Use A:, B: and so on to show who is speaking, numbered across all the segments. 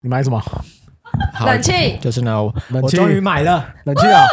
A: 你买什么？
B: 好
C: 冷气
B: 就是呢，我
A: 冷
B: 我
A: 气
B: 终于买了，
A: 冷气啊？
C: 哦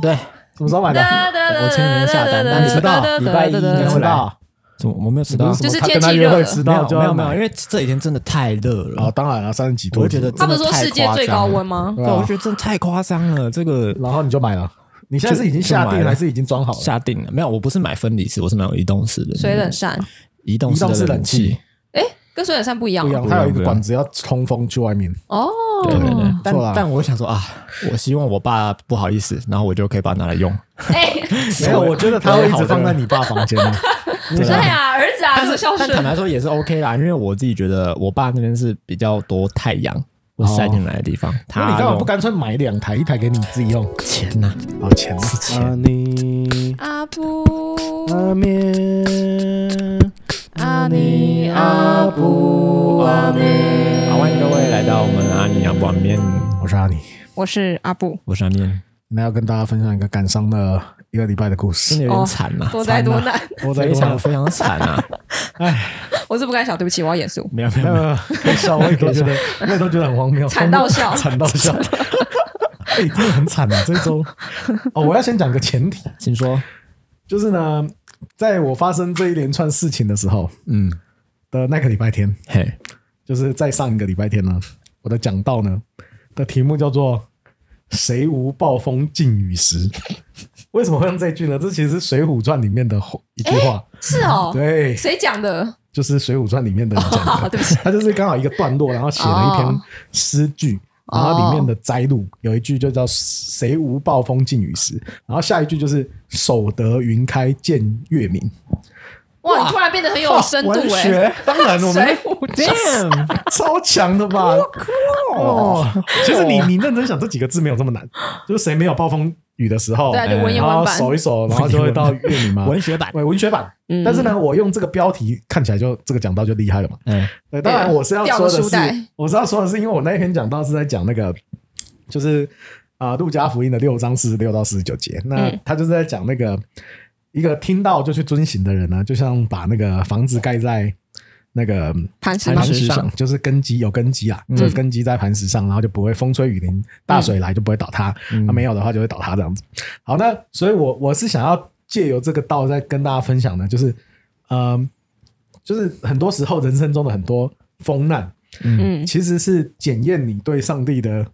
B: 对，
A: 什么时候买的？
B: 我前几天下单但
A: 迟到
B: 礼拜一
A: 你
B: 对
A: 知道？
B: 怎么我没有迟
A: 你不
B: 到
A: 是？什么
C: 就是
A: 他
C: 天
A: 跟他
C: 气
A: 约
C: 热
A: 会
C: 了
A: 迟
B: 嗯没
A: 到
B: 有
A: 就
B: 没
A: 要
B: 有没有，
A: 买
B: 因为这几天真的太热
A: 哦
B: 了，，
A: 当然了，三十几度，
B: 我觉得
C: 他不是说世界最高温吗？
B: 对，我觉得真的太夸张了，这个
A: 啊然后你就买了。你现在是已经下
B: 就买
A: 定
B: 了
A: 还是已经装好了？
B: 下定了没有？我不是买分离式，我是买移动式的
C: 水冷扇，
B: 移动式
A: 移动式
B: 的
A: 冷气
B: 气，
C: 跟水冷扇不一样
A: 不一
C: 哦
A: 样，它有一个管子要通风去外 面。
C: 哦。
B: 对对对。但
A: 错啦
B: 但我想说啊，我希望我爸不好意思，然后我就可以把它拿来用。
C: 哎，
A: 没有，我觉得它会一直放 在你爸房间的。
B: 对
C: 对啊，儿子啊，
B: 但
C: 这么
B: 是
C: 孝
B: 但坦
C: 顺，
B: 白说也是 OK 啦，因为我自己觉得我爸那边是比较多太阳，我晒进来的地方。他
A: 哦那你干嘛不
B: 那种
A: 干脆买两台，一台给你自己用？
B: 钱呐？
A: 啊，钱是
D: 阿尼
C: 阿布
D: 阿面，
C: 阿尼阿布阿妹，
B: 好，欢迎各位来到我们的阿尼亚碗面，
A: 我是阿尼，
C: 我是阿布，
B: 我是阿面，
A: 那要跟大家分享一个感伤的一个礼拜的故
B: 真
A: 事。啊
B: 的有点惨呐、
C: 多灾多难，
A: 我在
B: 非
A: 想
B: 常，非常惨啊！
C: 我是不敢想，对不起，我要严肃，
B: 没有没有，没有
A: 呃，可以笑，我也可以觉得，我也都觉得很荒谬，
C: 惨到笑
A: 惨到 笑。哎，真的很惨啊！这周哦，我要先讲个前提，
B: 请说。
A: 就是呢，在我发生这一连串事情的时候
B: 嗯，
A: 的那个礼拜天，
B: 嘿，
A: 就是在上一个礼拜天呢，我的讲道呢的题目叫做“谁无暴风尽雨时”。为什么会用这句呢？这其实是《水浒传》里面的一句话，
C: 是哦，
A: 对，
C: 谁讲的？
A: 就是《水浒传》里面的人讲
C: 好，
A: 的。
C: 哦对不起，
A: 他就是刚好一个段落，然后写了一篇
C: 哦
A: 诗句，然后里面的摘录有一句就叫“谁无暴风尽雨时”，然后下一句就是“守得云开见月明”。
C: 哇，你突然变得很 有深度
A: 文
C: 哎，
A: 学当然我们
C: 谁无
B: Damn，
A: 超强的吧？哦，其实你你认真想，这几个字没有这么难，就是谁没有暴风雨的时候，哎
C: 对啊就文言
A: 然
C: 文
A: 后
C: 版
A: 手一手，然后就会到月明嘛，
B: 文学版。
A: 对文学版。
C: 嗯
A: 但是呢，我用这个标题看起来就这个讲到就厉害了嘛。
B: 嗯，
A: 对，当然我是要说
C: 啊掉
A: 的
C: 了书袋
A: 是， 我是要说的是，因为我那一篇讲到是在讲那个，就是啊，路加福音的六章四十六到四十九节，那
C: 嗯
A: 他就是在讲那个一个听到就去遵行的人呢，就像把那个房子盖在那个
C: 磐石
A: 磐
C: 吗？
A: 石
B: 石
A: 上
B: 上，
A: 就是根基有根基啊，就是根基在磐石上，然后就不会风吹雨
C: 嗯
A: 淋，大水来就不会倒塌，啊、没有的话就会倒塌这样子。好，那所以我我是想要借由这个道再跟大家分享的，就是嗯、就是很多时候人生中的很多风难，
C: 嗯，
A: 其实是检验你对上帝的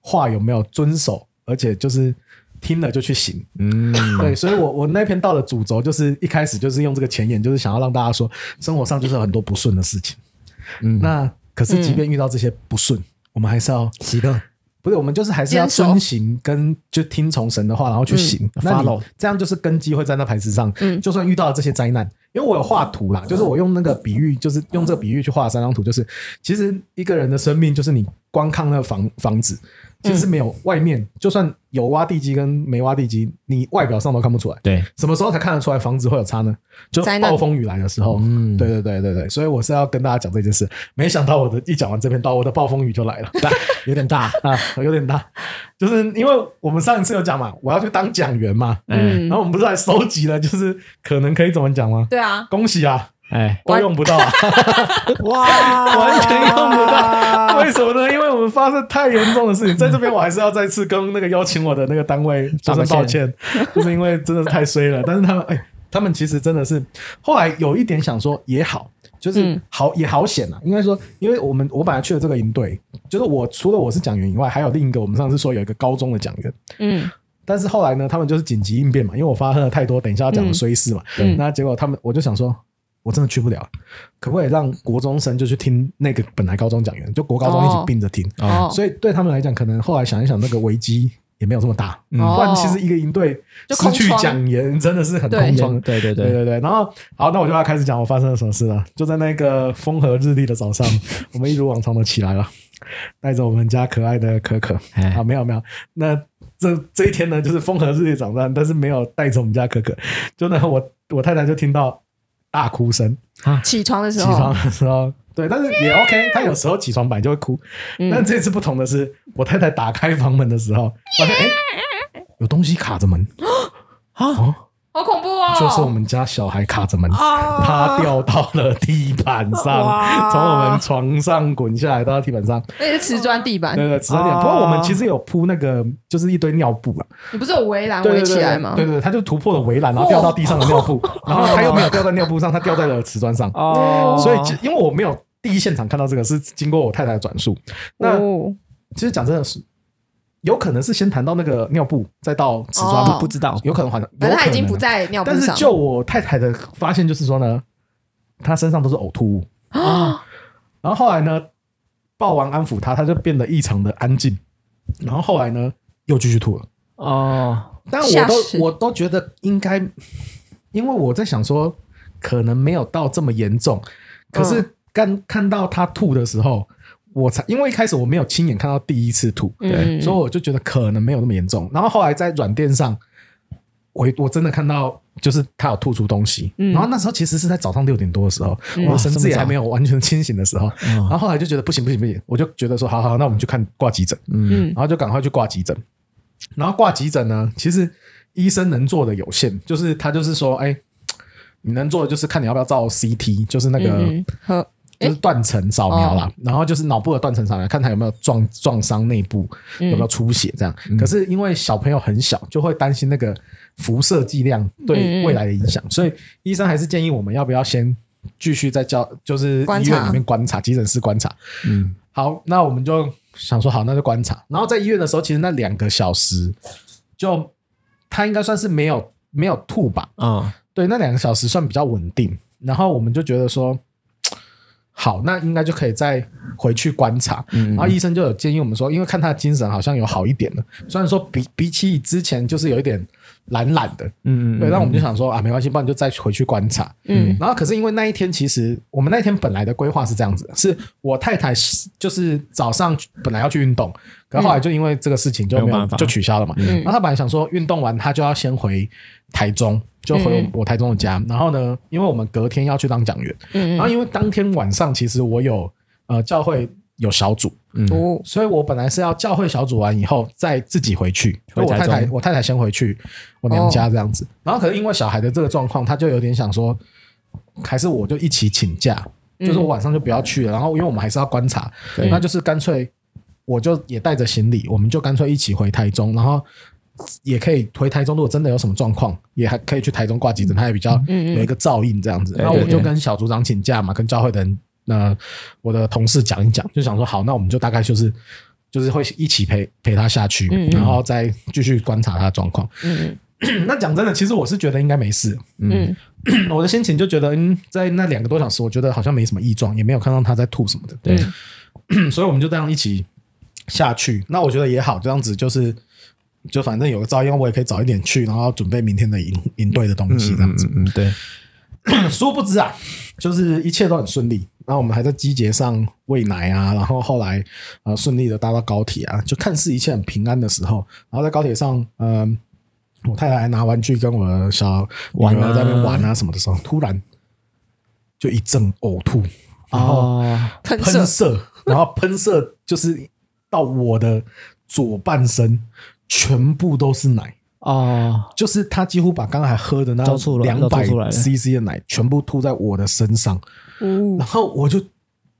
A: 话有没有遵守，而且就是听了就去行。
B: 嗯，
A: 对，所以我我那篇道的主轴就是一开始就是用这个前言，就是想要让大家说，生活上就是有很多不顺的事情。
B: 嗯
A: 那可是即便遇到这些不顺，我们还是要
B: 喜乐，
A: 不是我们就是还是要遵行跟就听从神的话，然后去行。那你
B: Follow
A: 这样就是根基会在那磐石上。
C: 嗯
A: 就算遇到了这些灾难，因为我有画图啦，就是我用那个比喻，就是用这个比喻去画三张图，就是其实一个人的生命就是你光看那个房房子，其实是没有外
C: 嗯
A: 面，就算有挖地基跟没挖地基，你外表上都看不出来。
B: 对，
A: 什么时候才看得出来房子会有差呢？就
C: 灾难
A: 暴风雨来的时候。嗯，对对对对对，所以我是要跟大家讲这件事。没想到我的一讲完这篇道，我的暴风雨就来了
B: 有点 大。
A: 啊，有点大。就是因为我们上一次有讲嘛，我要去当讲员嘛，
B: 嗯
C: 嗯
A: 然，后我们不是还收集了，就是可能可以怎么讲吗？
C: 对啊，
A: 恭喜啊！
B: 哎，
A: 都用不到、啊，
B: 哇，
A: 完全用不到。为什么呢？因为我们发生太严重的事情，在这边我还是要再次跟那个邀请我的那个单位说声抱歉，就是因为真的是太衰了。但是他们，哎、他们其实真的是后来有一点想说也好，就是
C: 嗯
A: 好、也好险啊。应该说，因为我们我本来去了这个营队，就是我除了我是讲员以外，还有另一个我们上次说有一个高中的讲员，
C: 嗯，
A: 但是后来呢，他们就是紧急应变嘛，因为我发生了太多等一下要讲的衰事嘛。
C: 嗯嗯
A: 那结果他们，我就想说，我真的去不了，可不可以让国中生就去听那个本来高中讲员，就国高中一起并着听？
C: 哦，
A: 所以对他们来讲，可能后来想一想，那个危机也没有这么大。
B: 嗯
C: 哦
A: 不然其实一个营队
C: 就
A: 失
C: 空
A: 去
C: 窗
A: 讲员真的是很空窗的。
B: 对对
A: 对
B: 对，
A: 对对，然后好，那我就要开始讲我发生了什么事了。就在那个风和日丽的早上， 我们一如往常的起来了，带着我们家可爱的可可
B: 哎
A: 啊，没有没有，那这这一天呢，就是风和日丽早上，但是没有带着我们家可可，就呢，我我太太就听到大哭声，
C: 起床的
A: 起
C: 时
A: 床
C: 候，
A: 的时候， 对，但是也 OK，她有时候起床本来就会哭，但
C: 嗯，
A: 这次不同的是，我太太打开房门的时候，发现哎、诶有东西卡着门啊。哦
C: 好恐怖哦！
A: 就是我们家小孩卡着门，
B: 啊
A: 他掉到了地板上，
B: 哇
A: 从我们床上滚下来，掉到地板上。
C: 那是瓷砖地板，
A: 对对，迟了点。
C: 哦
B: 啊
A: 不过我们其实有铺那个，就是一堆尿布啊，
C: 你不是有围栏
A: 对
C: 围
A: 对
C: 起来吗？
A: 对对，对他就突破了围栏，然后掉到地上的尿布，
C: 哦
A: 然后他又没有掉在尿布上，他掉在了瓷砖上。
B: 哦
A: 所以就，因为我没有第一现场看到这个，是经过我太太的转述。那
C: 哦
A: 其实讲真的是，有可能是先谈到那个尿布，再到瓷砖
C: 哦
A: 布，
B: 不知道
A: 有可能还
C: 反正他已经不。
A: 有可能啊
C: 在尿布
A: 但是
C: 上，
A: 就我太太的发现，就是说呢，她身上都是呕吐物。
C: 啊，
A: 然后后来呢，抱完安抚她，她就变得异常的安静。然后后来呢，又继续吐了。
B: 哦，
A: 但我
C: 吓
A: 都
C: 死
A: 我都觉得应该，因为我在想说，可能没有到这么严重。可
C: 嗯
A: 是看看到她吐的时候，我才因为一开始我没有亲眼看到第一次吐，
C: 嗯
A: 所以我就觉得可能没有那么严重。然后后来在软垫上，我我真的看到就是他有吐出东西，
C: 嗯
A: 然后那时候其实是在早上六点多的时候，我神志也还没有完全清醒的时候，然后后来就觉得不行不行不行，我就觉得说好好，那我们去看挂急诊，
C: 嗯
A: 然后就赶快去挂急诊。然后挂急诊呢，其实医生能做的有限，就是他就是说，哎，你能做的就是看你要不要照 CT，就是那个。
C: 嗯，好，
A: 就是断层扫描啦，然后就是脑部的断层扫描，看他有没有撞撞伤内部，有没有出血这样。可是因为小朋友很小，就会担心那个辐射剂量对未来的影响，所以医生还是建议我们要不要先继续在教，就是
C: 观
A: 医
C: 察
A: 院里面观察，急诊室观察。嗯，好，那我们就想说好，那就观察。然后在医院的时候，其实那两个小时就他应该算是没有没有吐吧，
B: 啊，
A: 对，那两个小时算比较稳定。然后我们就觉得说，好，那应该就可以再回去观察。然后医生就有建议我们说，因为看他的精神好像有好一点了，虽然说比比起之前就是有一点懒懒的，
B: 嗯
A: 对，那我们就想说啊，没关系，不然就再回去观察。
C: 嗯
A: 然后可是因为那一天，其实我们那一天本来的规划是这样子的，是我太太是就是早上本来要去运动，可后来就因为这个事情就没
B: 嗯没有
A: 有
B: 办法嗯
A: 就取消了嘛。然后她本来想说运动完她就要先回台中，就回
C: 嗯
A: 我台中的家。然后呢，因为我们隔天要去当讲员，
C: 嗯
A: 然后因为当天晚上其实我有呃教会有小组，
B: 嗯
C: 哦，
A: 所以我本来是要教会小组完以后再自己回去，所
B: 回
A: 以我
B: 台
A: 太
B: 中
A: 太我太太先回去我娘
B: 哦
A: 家这样子。然后可是因为小孩的这个状况，他就有点想说，还是我就一起请假，就是我晚上就不要去了。然后因为我们还是要观察，
B: 嗯对
A: 那就是干脆我就也带着行李，我们就干脆一起回台中，然后。也可以回台中，如果真的有什么状况，也还可以去台中挂急诊，他也比较有一个照应这样子。
B: 嗯对
A: 那我
B: 对
A: 就
B: 对
A: 跟小组长请假嘛，跟教会的人，呃，我的同事讲一讲，就想说好，那我们就大概就是就是会一起陪陪他下去，
B: 嗯
A: 然后再继续观察他的状况。
C: 嗯
A: 那讲真的，其实我是觉得应该没事，
C: 嗯
A: 我的心情就觉得，嗯，在那两个多小时，我觉得好像没什么异状，也没有看到他在吐什么的，嗯
B: 对，
A: 所以我们就这样一起下去。那我觉得也好，这样子就是。就反正有个照应，我也可以早一点去，然后准备明天的营营队的东西，这样子。
B: 嗯，对，
A: 殊不知啊，就是一切都很顺利。然后我们还在机节上喂奶啊，然后后来呃顺利的搭到高铁啊，就看似一切很平安的时候，然后在高铁上，嗯、我太太还拿玩具跟我的小女
B: 玩
A: 儿
B: 啊
A: 在那边玩啊什么的时候，突然就一阵呕吐，然后
B: 哦，
C: 喷射
A: 喷射，然后喷射就是到我的左半身，全部都是奶。
B: 哦，
A: 就是他几乎把刚才喝的那
B: 都出来
A: 两
B: 都
A: 百
B: 吐出来了
A: CC 的奶全部吐在我的身上，
C: 哦
A: 然后我就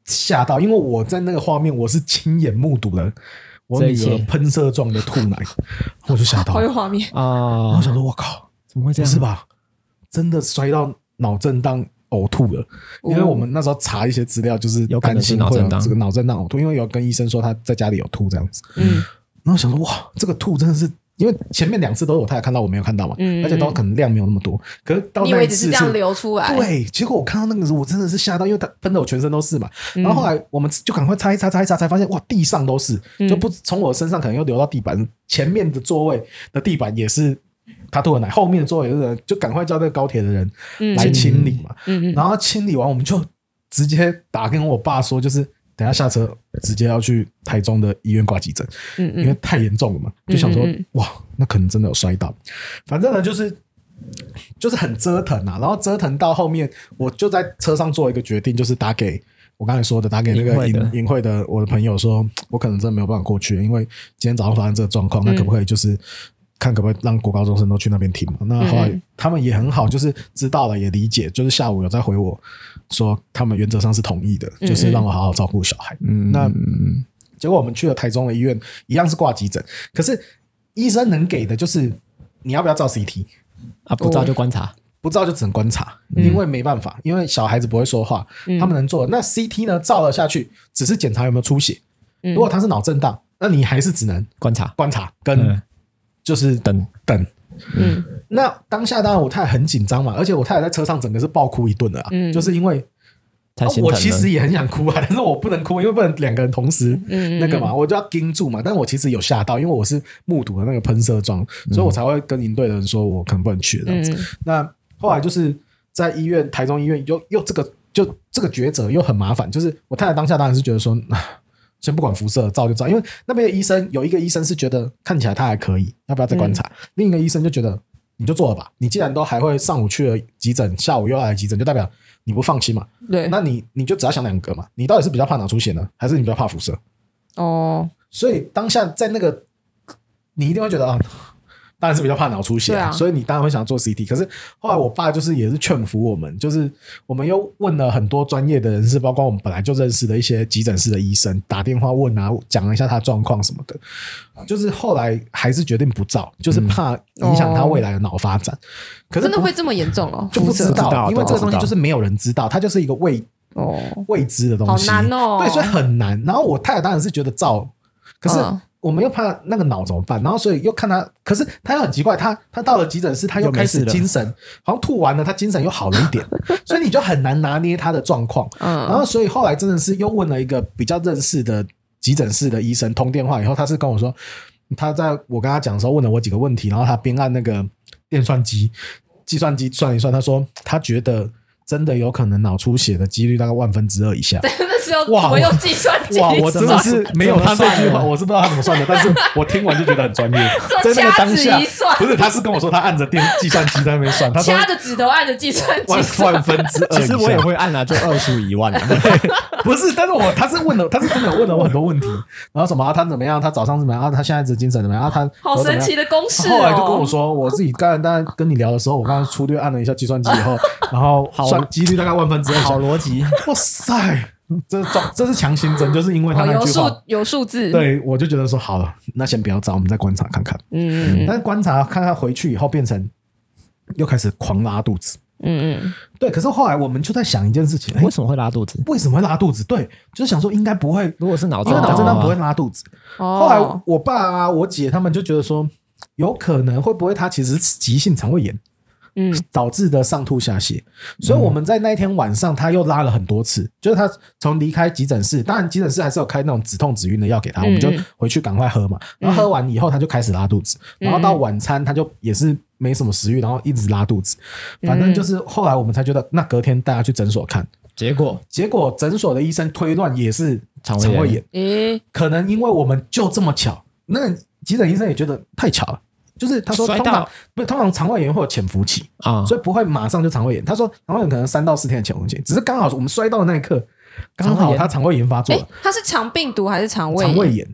A: 吓到，因为我在那个画面我是亲眼目睹了我
B: 这一
A: 女儿
B: 切
A: 喷射状的吐奶，我就吓到
C: 好
A: 了，
C: 有画面，
A: 然后
B: 哦，
A: 想说我靠，
B: 怎么会这
A: 不
B: 样？
A: 是？吧？真的摔到脑震荡呕吐了，因为我们那时候查一些资料，就是
B: 有可能
A: 担
B: 是
A: 心
B: 脑
A: 会有
B: 震荡
A: 这个脑震荡呕吐，因为有跟医生说他在家里有吐这样子，
C: 嗯
A: 然后想说哇，这个吐真的是，因为前面两次都是我太太看到，我没有看到嘛，
C: 嗯
A: 而且都可能量没有那么多，可是到
C: 你以
A: 那一
C: 为只是
A: 次
C: 这样流出来？
A: 对，结果我看到那个时候，我真的是吓到，因为它喷的我全身都是嘛。然后后来我们就赶快擦一擦，擦一擦，才发现哇，地上都是，就不从我身上可能又流到地板，前面的座位的地板也是他吐的奶，后面的座位的人就赶快叫那个高铁的人
C: 嗯
A: 来清理嘛。
C: 嗯嗯
A: 然后清理完，我们就直接打跟我爸说，就是等一下下车直接要去台中的医院挂急诊，
C: 嗯
A: 因为太严重了嘛，就想说
C: 嗯嗯嗯
A: 哇，那可能真的有摔到。反正呢，就是就是很折腾啊，然后折腾到后面，我就在车上做一个决定，就是打给。我刚才说的，打给那
B: 银
A: 个
B: 会的
A: 银银会的我的朋友说，我可能真的没有办法过去，因为今天早上发生这个状况，那可不可以就是看可不可以让国高中生都去那边听嘛。那后来他们也很好，就是知道了也理解，就是下午有在回我说，他们原则上是同意的，就是让我好好照顾小孩。那结果我们去了台中的医院，一样是挂急诊，可是医生能给的就是你要不要照 CT，
B: 啊，不知道就观察。
A: 不知道就只能观察，因为没办法，因为小孩子不会说话，他们能做的。那 CT 呢，照了下去，只是检查有没有出血。如果他是脑震荡，那你还是只能
B: 观察，
A: 观察跟
B: 嗯
A: 就是
B: 等
A: 等。
C: 嗯
A: 那当下当然我太太很紧张嘛，而且我太太在车上整个是爆哭一顿的啊，
C: 嗯
A: 就是因为、
B: 太
A: 啊
B: 心疼
A: 我
B: 了。
A: 其实也很想哭啊，但是我不能哭，因为不能两个人同时
C: 嗯
A: 那个嘛，我就要盯住嘛。但我其实有吓到，因为我是目睹了那个喷射状，
B: 嗯
A: 所以我才会跟营队的人说我可能不能去这样子。
C: 嗯
A: 那后来就是在医院，台中医院又又这个就这个抉择又很麻烦，就是我太太当下当然是觉得说，啊先不管辐射，照就照，因为那边的医生有一个医生是觉得看起来他还可以，要不要再观察？另一个医生就觉得你就做了吧，你既然都还会上午去了急诊，下午又要来急诊，就代表你不放弃嘛。
C: 对
A: 那你你就只要想两个嘛，你到底是比较怕脑出血呢，还是你比较怕辐射？
C: 哦，
A: 所以当下在那个，你一定会觉得啊，当然是比较怕脑出血、
C: 对啊
A: 所以你当然会想要做 CT。可是后来我爸就是也是劝服我们，就是我们又问了很多专业的人士，包括我们本来就认识的一些急诊室的医生，打电话问啊，讲了一下他的状况什么的。就是后来还是决定不照，就是怕影响他未来的脑发展。可是
C: 嗯哦真的
A: 不
C: 会这么严重哦？
A: 就不
C: 辐射
A: 知
B: 不知
A: 道，
B: 道
A: 因为这个东
B: 不
A: 西
B: 知道
A: 就是没有人知道，它就是一个未
C: 哦，
A: 未知的东西，
C: 好难哦
A: 对，所以很难。然后我太太当然是觉得照，可是
C: 嗯
A: 我们又怕那个脑怎么办，然后所以又看他，可是他又很奇怪，他他到了急诊室，他又
B: 又没
A: 开始
B: 事了
A: 精神，好像吐完了，他精神又好了一 点，所以你就很难拿捏他的状况。然
C: 嗯
A: 后所以后来真的是又问了一个比较认识的急诊室的医生，通电话以后，他是跟我说，他在我跟他讲的时候问了我几个问题，然后他边按那个电算机计算机算一算，他说他觉得真的有可能脑出血的几率大概万分之二以下。
C: 那时候
A: 哇
C: 我用计算机
A: 哇，我真的
B: 啊
A: 是没有他这句
B: 怎
A: 话，
B: 么算啊
A: 我是不知道他怎么算的，但是我听完就觉得很专业。在
C: 做
A: 那个
C: 掐
A: 当
C: 指
A: 下
C: 一，算，
A: 不是他是跟我说他按着电计算机在那边算，他说
C: 掐着指头按着计算机
A: 万
C: 算，
A: 万分之二以
B: 其
A: 下。
B: 实我也会按啊，就二十五一 万啊。
A: 不是，但是我他是问了，他是真的有问了我很多问题，然后什么、啊、他怎么样，他早上怎么样，啊、他现在的精神怎么样，啊、他
C: 好神奇
A: 的。
C: 的公式哦！
A: 后来就跟我说，我自己刚才当然跟你聊的时候，我刚刚粗略按了一下计算机以后，然后
B: 好
A: 算几率大概万分之二。
B: 好逻辑，
A: 哇塞，这这这是强心针，就是因为他
C: 哦，
A: 那
C: 有
A: 句话
C: 数，有数
E: 嗯
C: 字，，
A: 对我就觉得说好了，那先不要找，我们再观察看看。
C: 嗯嗯
A: 但是观察看看回去以后变成又开始狂拉肚子，
C: 嗯嗯，
A: 对。可是后来我们就在想一件事情，哎
B: 为，什么会拉肚子？
A: 为什么会拉肚子？对，就是想说应该不会
B: 如果是脑
A: 因
B: 震
A: 为
B: 荡的话，
A: 脑震荡不会拉肚子。
C: 哦，
A: 后来我爸啊、我姐他们就觉得说，有可能会不会他其实是急性肠胃炎
C: 嗯
A: 导致的上吐下泻，所以我们在那一天晚上他又拉了很多次，就是他从离开急诊室，当然急诊室还是有开那种止痛止晕的药给他，我们就
C: 嗯
A: 回去赶快喝嘛。然后喝完以后他就开始拉肚子，然后
C: 嗯
A: 到晚餐他就也是没什么食欲，然后一直拉肚子，反正
C: 嗯
A: 就是后来我们才觉得，那隔天带他去诊所看，
B: 结果
A: 结果诊所的医生推断也是
B: 肠胃
A: 肠胃
B: 炎
A: 炎。
C: 诶，
A: 可能因为我们就这么巧，那急诊医生也觉得太巧了。就是他说，
B: 摔
A: 通
B: 到
A: 常不是通常肠胃炎会有潜伏期，
B: 啊，
A: 所以不会马上就肠胃炎。他说肠胃炎可能三到四天的潜伏期，只是刚好我们摔到的那一刻，刚
B: 肠胃
A: 好
B: 炎
A: 他肠胃炎发作
C: 哎
A: 了，，
C: 它是肠病毒还是肠胃？
A: 肠胃炎，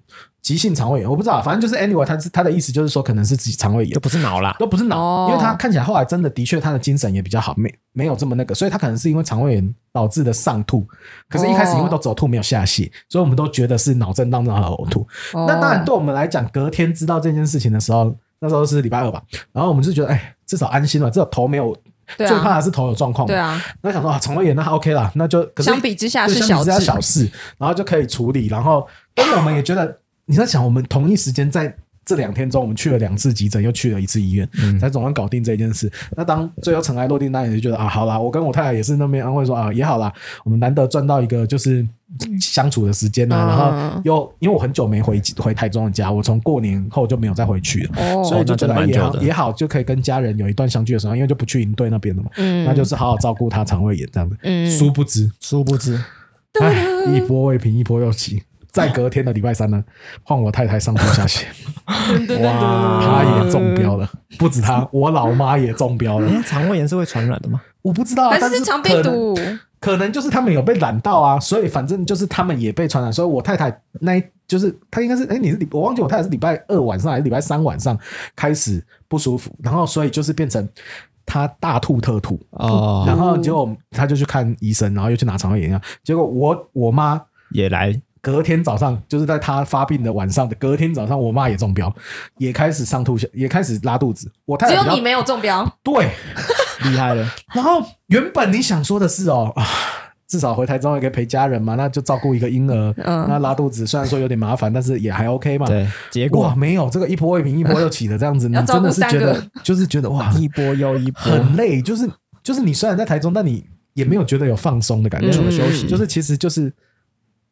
A: 急性肠胃炎，我不知道，反正就是 anyway，他他的意思就是说可能是自己肠胃炎
B: 就，不是脑啦。
A: 都不是脑，
C: 哦
A: 因为他看起来后来真的的确他的精神也比较好，没没有这么那个，所以他可能是因为肠胃炎导致的上吐，可是一开始因为都走吐没有下泻，所以我们都觉得是脑震荡让他呕吐。
C: 哦
A: 那当然对我们来讲，隔天知道这件事情的时候，那时候是礼拜二吧，然后我们就觉得哎，至少安心了，至少头没有。
C: 对啊
A: 最怕的是头有状况嘛，
C: 对啊，
A: 那想说啊，肠胃炎那还 OK 啦，那就可是
C: 相比之下
A: 对
C: 是
A: 相比之下
C: 小
A: 小事，然后就可以处理。然后，但是我们也 觉得，你在想，我们同一时间在这两天中，我们去了两次急诊，又去了一次医院，
C: 嗯
A: 才总算搞定这件事。那当最后尘埃落定，那也就觉得啊，好啦，我跟我太太也是那边安慰说啊，也好啦，我们难得赚到一个就是相处的时间啊，
C: 嗯
A: 然后又因为我很久没回回台中的家，我从过年后就没有再回去了。
C: 哦
A: 所以就觉得
B: 那真的
A: 哎
B: 蛮
A: 也
B: 久
A: 好
B: 的
A: 也好，就可以跟家人有一段相聚的时候，因为就不去营队那边了嘛，
C: 嗯
A: 那就是好好照顾他肠胃炎这样的。
C: 嗯啊
A: 殊不知，
B: 殊不知，
A: 唉，一波未平，一波又起。再隔天的礼拜三呢，换我太太上吐下 泻，她也中标了。不止她，我老妈也中标了。
B: 嗯哎，肠胃炎是会传染的吗？
A: 我不知道啊，
C: 嗯还
A: 但
C: 是
A: 是
C: 是肠病
A: 可能
C: 毒，
A: 可能就是他们有被染到啊，所以反正就是他们也被传染。所以我太太那一就是她应该是哎、你是礼我忘记我太太是礼拜二晚上还是礼拜三晚上开始不舒服，然后所以就是变成她大吐特吐，
B: 哦，
A: 然后结果她就去看医生，然后又去拿肠胃炎药，结果我我妈
B: 也来
A: 隔天早上，就是在他发病的晚上的隔天早上，我妈也中标，也开始上吐下，也开始拉肚子。我太
E: 只
A: 太
E: 有
A: 比较
E: 你没有中标，
A: 对。
B: 厉害了，
A: 然后原本你想说的是哦，啊至少回台中也可以陪家人嘛，那就照顾一个婴儿，
E: 嗯
A: 那拉肚子虽然说有点麻烦，但是也还 OK 嘛。
B: 对，结
A: 哇，
B: 果
A: 没有这个一波未平一波又起的这样子，你
E: 要照
A: 真
E: 顾
A: 的是觉得
E: 三
A: 就是觉得哇，
B: 一波又一波，
A: 很累，就是就是你虽然在台中，但你也没有觉得有放松的感觉，
B: 没什么休息
E: 嗯
A: 就是其实就是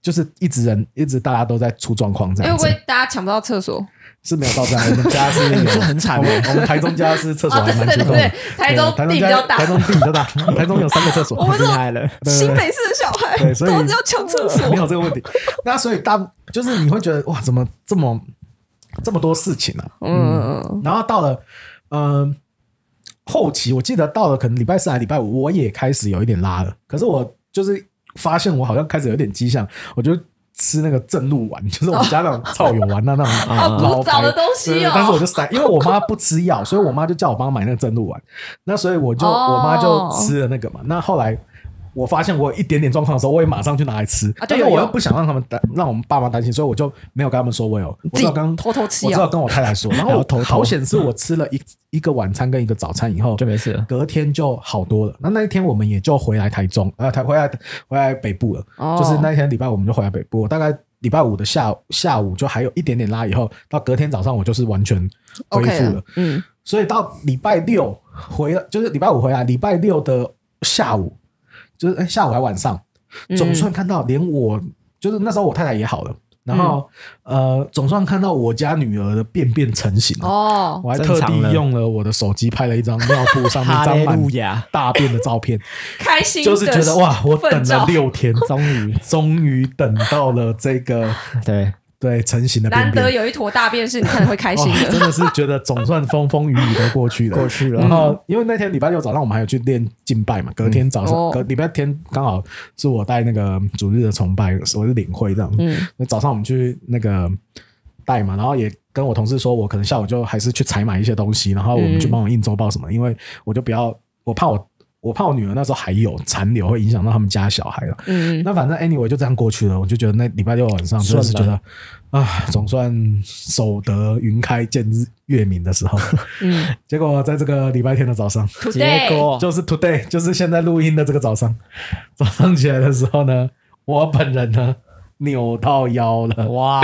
A: 就是一直人一直大家都在出状况这
E: 因为
A: 样子
E: 会。大家抢不到厕所。
A: 是没有到这样，我们家是
B: 哎这很惨
A: 我们我们台中家是厕所
E: 哦，
A: 还
E: 对
A: 蛮
E: 对
A: 主
E: 对
A: 动
E: 对
A: 的。，
E: 台中
A: 对台
E: 地比
A: 家
E: 较大
A: 台，中地比较大，台中有三个厕所，
E: 我们
B: 厉害了，
A: 对
E: 新北市的小孩
A: 对所以
E: 都要抢厕 所
A: 没。有这个问题。那所以大就是你会觉得哇，怎么这么这么多事情啊？
E: 嗯，嗯
A: 然后到了嗯、呃后期，我记得到了可能礼拜四还礼拜五，我也开始有一点拉了。可是我就是发现我好像开始有点迹象，我就吃那个正露丸， 就是我们家那种草友 丸那那种
E: 好
A: 老
E: 古早的
A: 牌
E: 东西
A: 对对
E: 哦
A: 对但是我就塞，因为我妈不吃药，所以我妈就叫我帮她买那个正露丸。那所以我就、
E: 哦
A: 我妈就吃了那个嘛。那后来。我发现我有一点点状况的时候，我也马上去拿来吃，
E: 啊
A: 但
E: 对
A: 是
E: 有
A: 我又
E: 用
A: 不想让他们担，让我们爸妈担心，所以我就没有跟他们说我有，我只
E: 自己
A: 有跟
E: 偷偷吃
A: 我只
E: 药
A: 有跟我太太说，然
B: 然
A: 后
B: 后偷偷
A: 好险是我吃了一一个晚餐跟一个早餐以后，
B: 就没事了。
A: 隔天就好多了。那那一天我们也就回来台中，呃，台回来回来北部了。
E: 哦
A: 嗯就是那一天礼拜五我们就回来北部，我大概礼拜五的下午下午就还有一点点拉，以后到隔天早上我就是完全恢
E: OK
A: 复了
E: 了。，嗯，
A: 所以到礼拜六回来，就是礼拜五回来，礼拜六的下午，就是、哎下午还晚上，
B: 嗯
A: 总算看到连我，就是那时候我太太也好了，然后、
B: 嗯
A: 呃，总算看到我家女儿的便便成型了。
E: 哦，
A: 我还特
B: 正常
A: 地
B: 了
A: 用了我的手机拍了一张尿布上 面
B: 哈
A: 沾
B: 利
A: 满
B: 路亚，
A: 大便的照 片，
E: 开心的
A: 就是觉得哇，我等
E: 奋
A: 了
E: 照
A: 六天，
B: 终于
A: 终于等到了这个
B: 对，
A: 对成型的便
E: 难
A: 便
E: 得，有一坨大便是你看了会开心
A: 哦，真
E: 的。
A: 的是觉得总算风风雨雨都过去了，
B: 过去了
A: 然后因为那天礼拜六早上我们还有去练敬拜嘛，隔天早上、
B: 嗯
E: 哦
A: 隔礼拜天刚好是我带那个主日的崇拜，我是领会这样。
E: 嗯，
A: 那早上我们去那个带嘛，然后也跟我同事说，我可能下午就还是去采买一些东西，然后我们去帮我印周报什么，因为我就不要，我怕我我怕我女儿那时候还有残留，会影响到他们家小孩了。
E: 嗯，
A: 那反正 anyway 就这样过去了，我就觉得那礼拜六晚上真的是觉
B: 顺
A: 得啊，总算守得云开见日月明的时候。
E: 嗯，哦
A: 结果在这个礼拜天的早上，
B: 结
E: today
B: 果
A: 就是 today，就是现在录音的这个早上， 早上起来的时候呢，我本人呢扭到腰了。
E: 噔
B: 哇，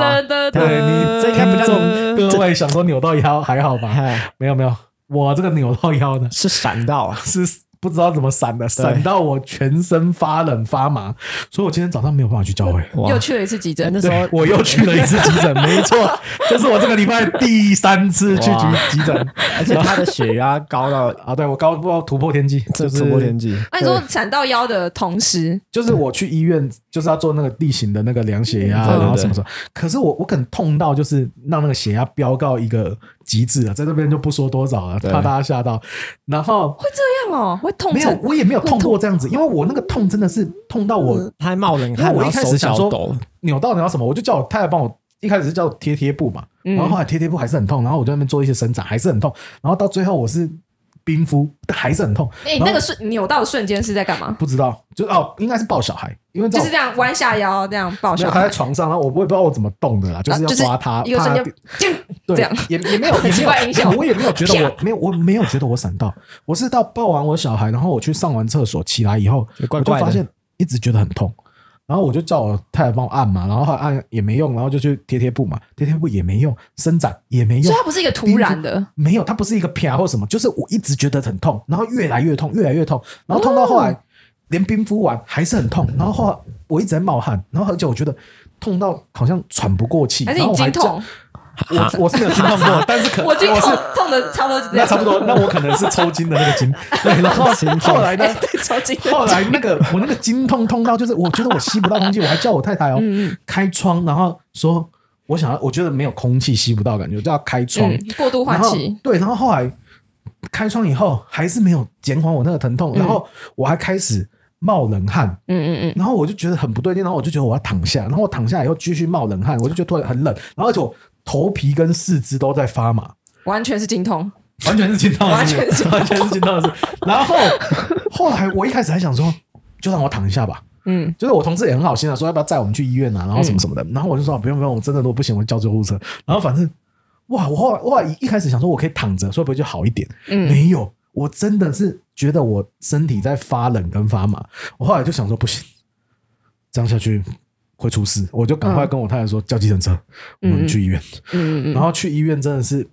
E: 噔 噔
A: 对你
E: 噔，
A: 这
B: 应该不
A: 听
B: 叫
A: 众各位想说扭到腰还好 吧？
B: 嗨
A: 没有没有，我这个扭到腰呢
B: 是闪到啊，
A: 是不知道怎么闪的，闪到我全身发冷发麻，所以我今天早上没有办法去教会。
B: 哇
E: 又去了一次急诊，那
A: 对，我又去了一次急 诊，没错，这是我这个礼拜第三次去
B: 哇
A: 急急诊
B: 而且他的血压高到
A: 啊！对我高不知道突破天际，
B: 这
A: 就是
B: 突破天际，
E: 那你说闪到腰的同时，
A: 就是我去医院就是要做那个例行的那个量血压，
B: 对对嗯对
A: 然后什么什么，可是我我可能痛到就是让那个血压飙到一个极致啊了，在这边就不说多少了，
B: 对
A: 怕大家吓到。然后
E: 会这样哦，会痛
A: 没有，
E: 成
A: 我也没有痛嗯过这样子，因为我那个痛真的是痛到我
B: 他还冒冷
A: 因为
B: 汗，
A: 我
B: 然
A: 一
B: 后
A: 开始
B: 手
A: 想
B: 脚
A: 说
B: 抖，
A: 扭到然后什么，我就叫我太太帮我。一开始是叫我贴贴布嘛，
E: 嗯
A: 然后后来贴贴布还是很痛，然后我就在那边做一些伸展还是很痛，然后到最后我是冰敷还是很痛，
E: 哎，
A: 然后
E: 那个瞬扭到的瞬间是在干嘛？
A: 不知道就哦应该是抱小孩，因为在
E: 就
A: 我
E: 是这样弯下腰这样抱
A: 没有
E: 小
A: 他
E: 孩
A: 在，床上，然后我我也不知道我怎么动的啦，就
E: 然
A: 是
E: 后
A: 要抓他，
E: 一个
A: 怕
E: 瞬
A: 他
E: 间，啾
A: 对，
E: 这样
A: 也也 没有，也没有
E: 奇怪音效
A: 我也没有觉得我没有，我没有觉得我闪到，我是到抱完我小孩，然后我去上完厕所起来以后，
B: 就怪怪
A: 我
B: 的
A: 就发现一直觉得很痛，然后我就叫我太太帮我按嘛，然后后来按也没用，然后就去贴贴布嘛，贴贴布也没用，伸展也没
E: 所
A: 用
E: 以它，不是一个突然的，
A: 没有，它不是一个啪或什么，就是我一直觉得很痛，然后越来越痛，越来越痛，然后痛到
E: 哦
A: 后来、连冰敷完还是很痛，然后后来我一直在冒汗，然后而且我觉得痛到好像喘不过气，
E: 还是
A: 然后
E: 你
A: 我还
E: 经
A: 叫
E: 痛？
A: 我我是没有经痛过，但是可
E: 我经
A: 是
E: 痛痛的差不多就这
A: 那
E: 样，
A: 差不多，那我可能是抽筋的那个筋， 对，然后后来呢？
E: 哎， 对，抽筋
A: 后来那个我那个筋痛痛到，就是我觉得我吸不到空气，我还叫我太太哦
E: 嗯
A: 开窗，然后说我想要，我觉得没有空气吸不到感觉，我就要开窗，
E: 嗯，过度
A: 然
E: 换
A: 后
E: 气，
A: 对，然后
E: 嗯
A: 后来开窗以后还是没有减缓我那个疼痛，然后我还开始冒冷汗，
E: 嗯嗯嗯，
A: 然后我就觉得很不对劲，然后我就觉得我要躺下，然后我躺下以后继续冒冷汗，我就觉得突然很冷，然后而且我头皮跟四肢都在发麻，
E: 完全是精通，
A: 完全是筋道
E: 完全是
A: 完全是筋道的事。然后后来我一开始还想说，就让我躺一下吧。
E: 嗯，
A: 就是我同事也很好心啊，说要不要载我们去医院啊，然后什么什么的。然后我就说、啊不用不用，我真的如果不行，我就叫救护车。然后反正哇，我后来哇一一开始想说我可以躺着，说不会就好一点？
E: 嗯
A: 没有，我真的是觉得我身体在发冷跟发麻。我后来就想说不行，这样下去会出事，我就赶快跟我太太说、叫计程车，我们去医院。
E: 嗯嗯
A: 然后去医院真的是，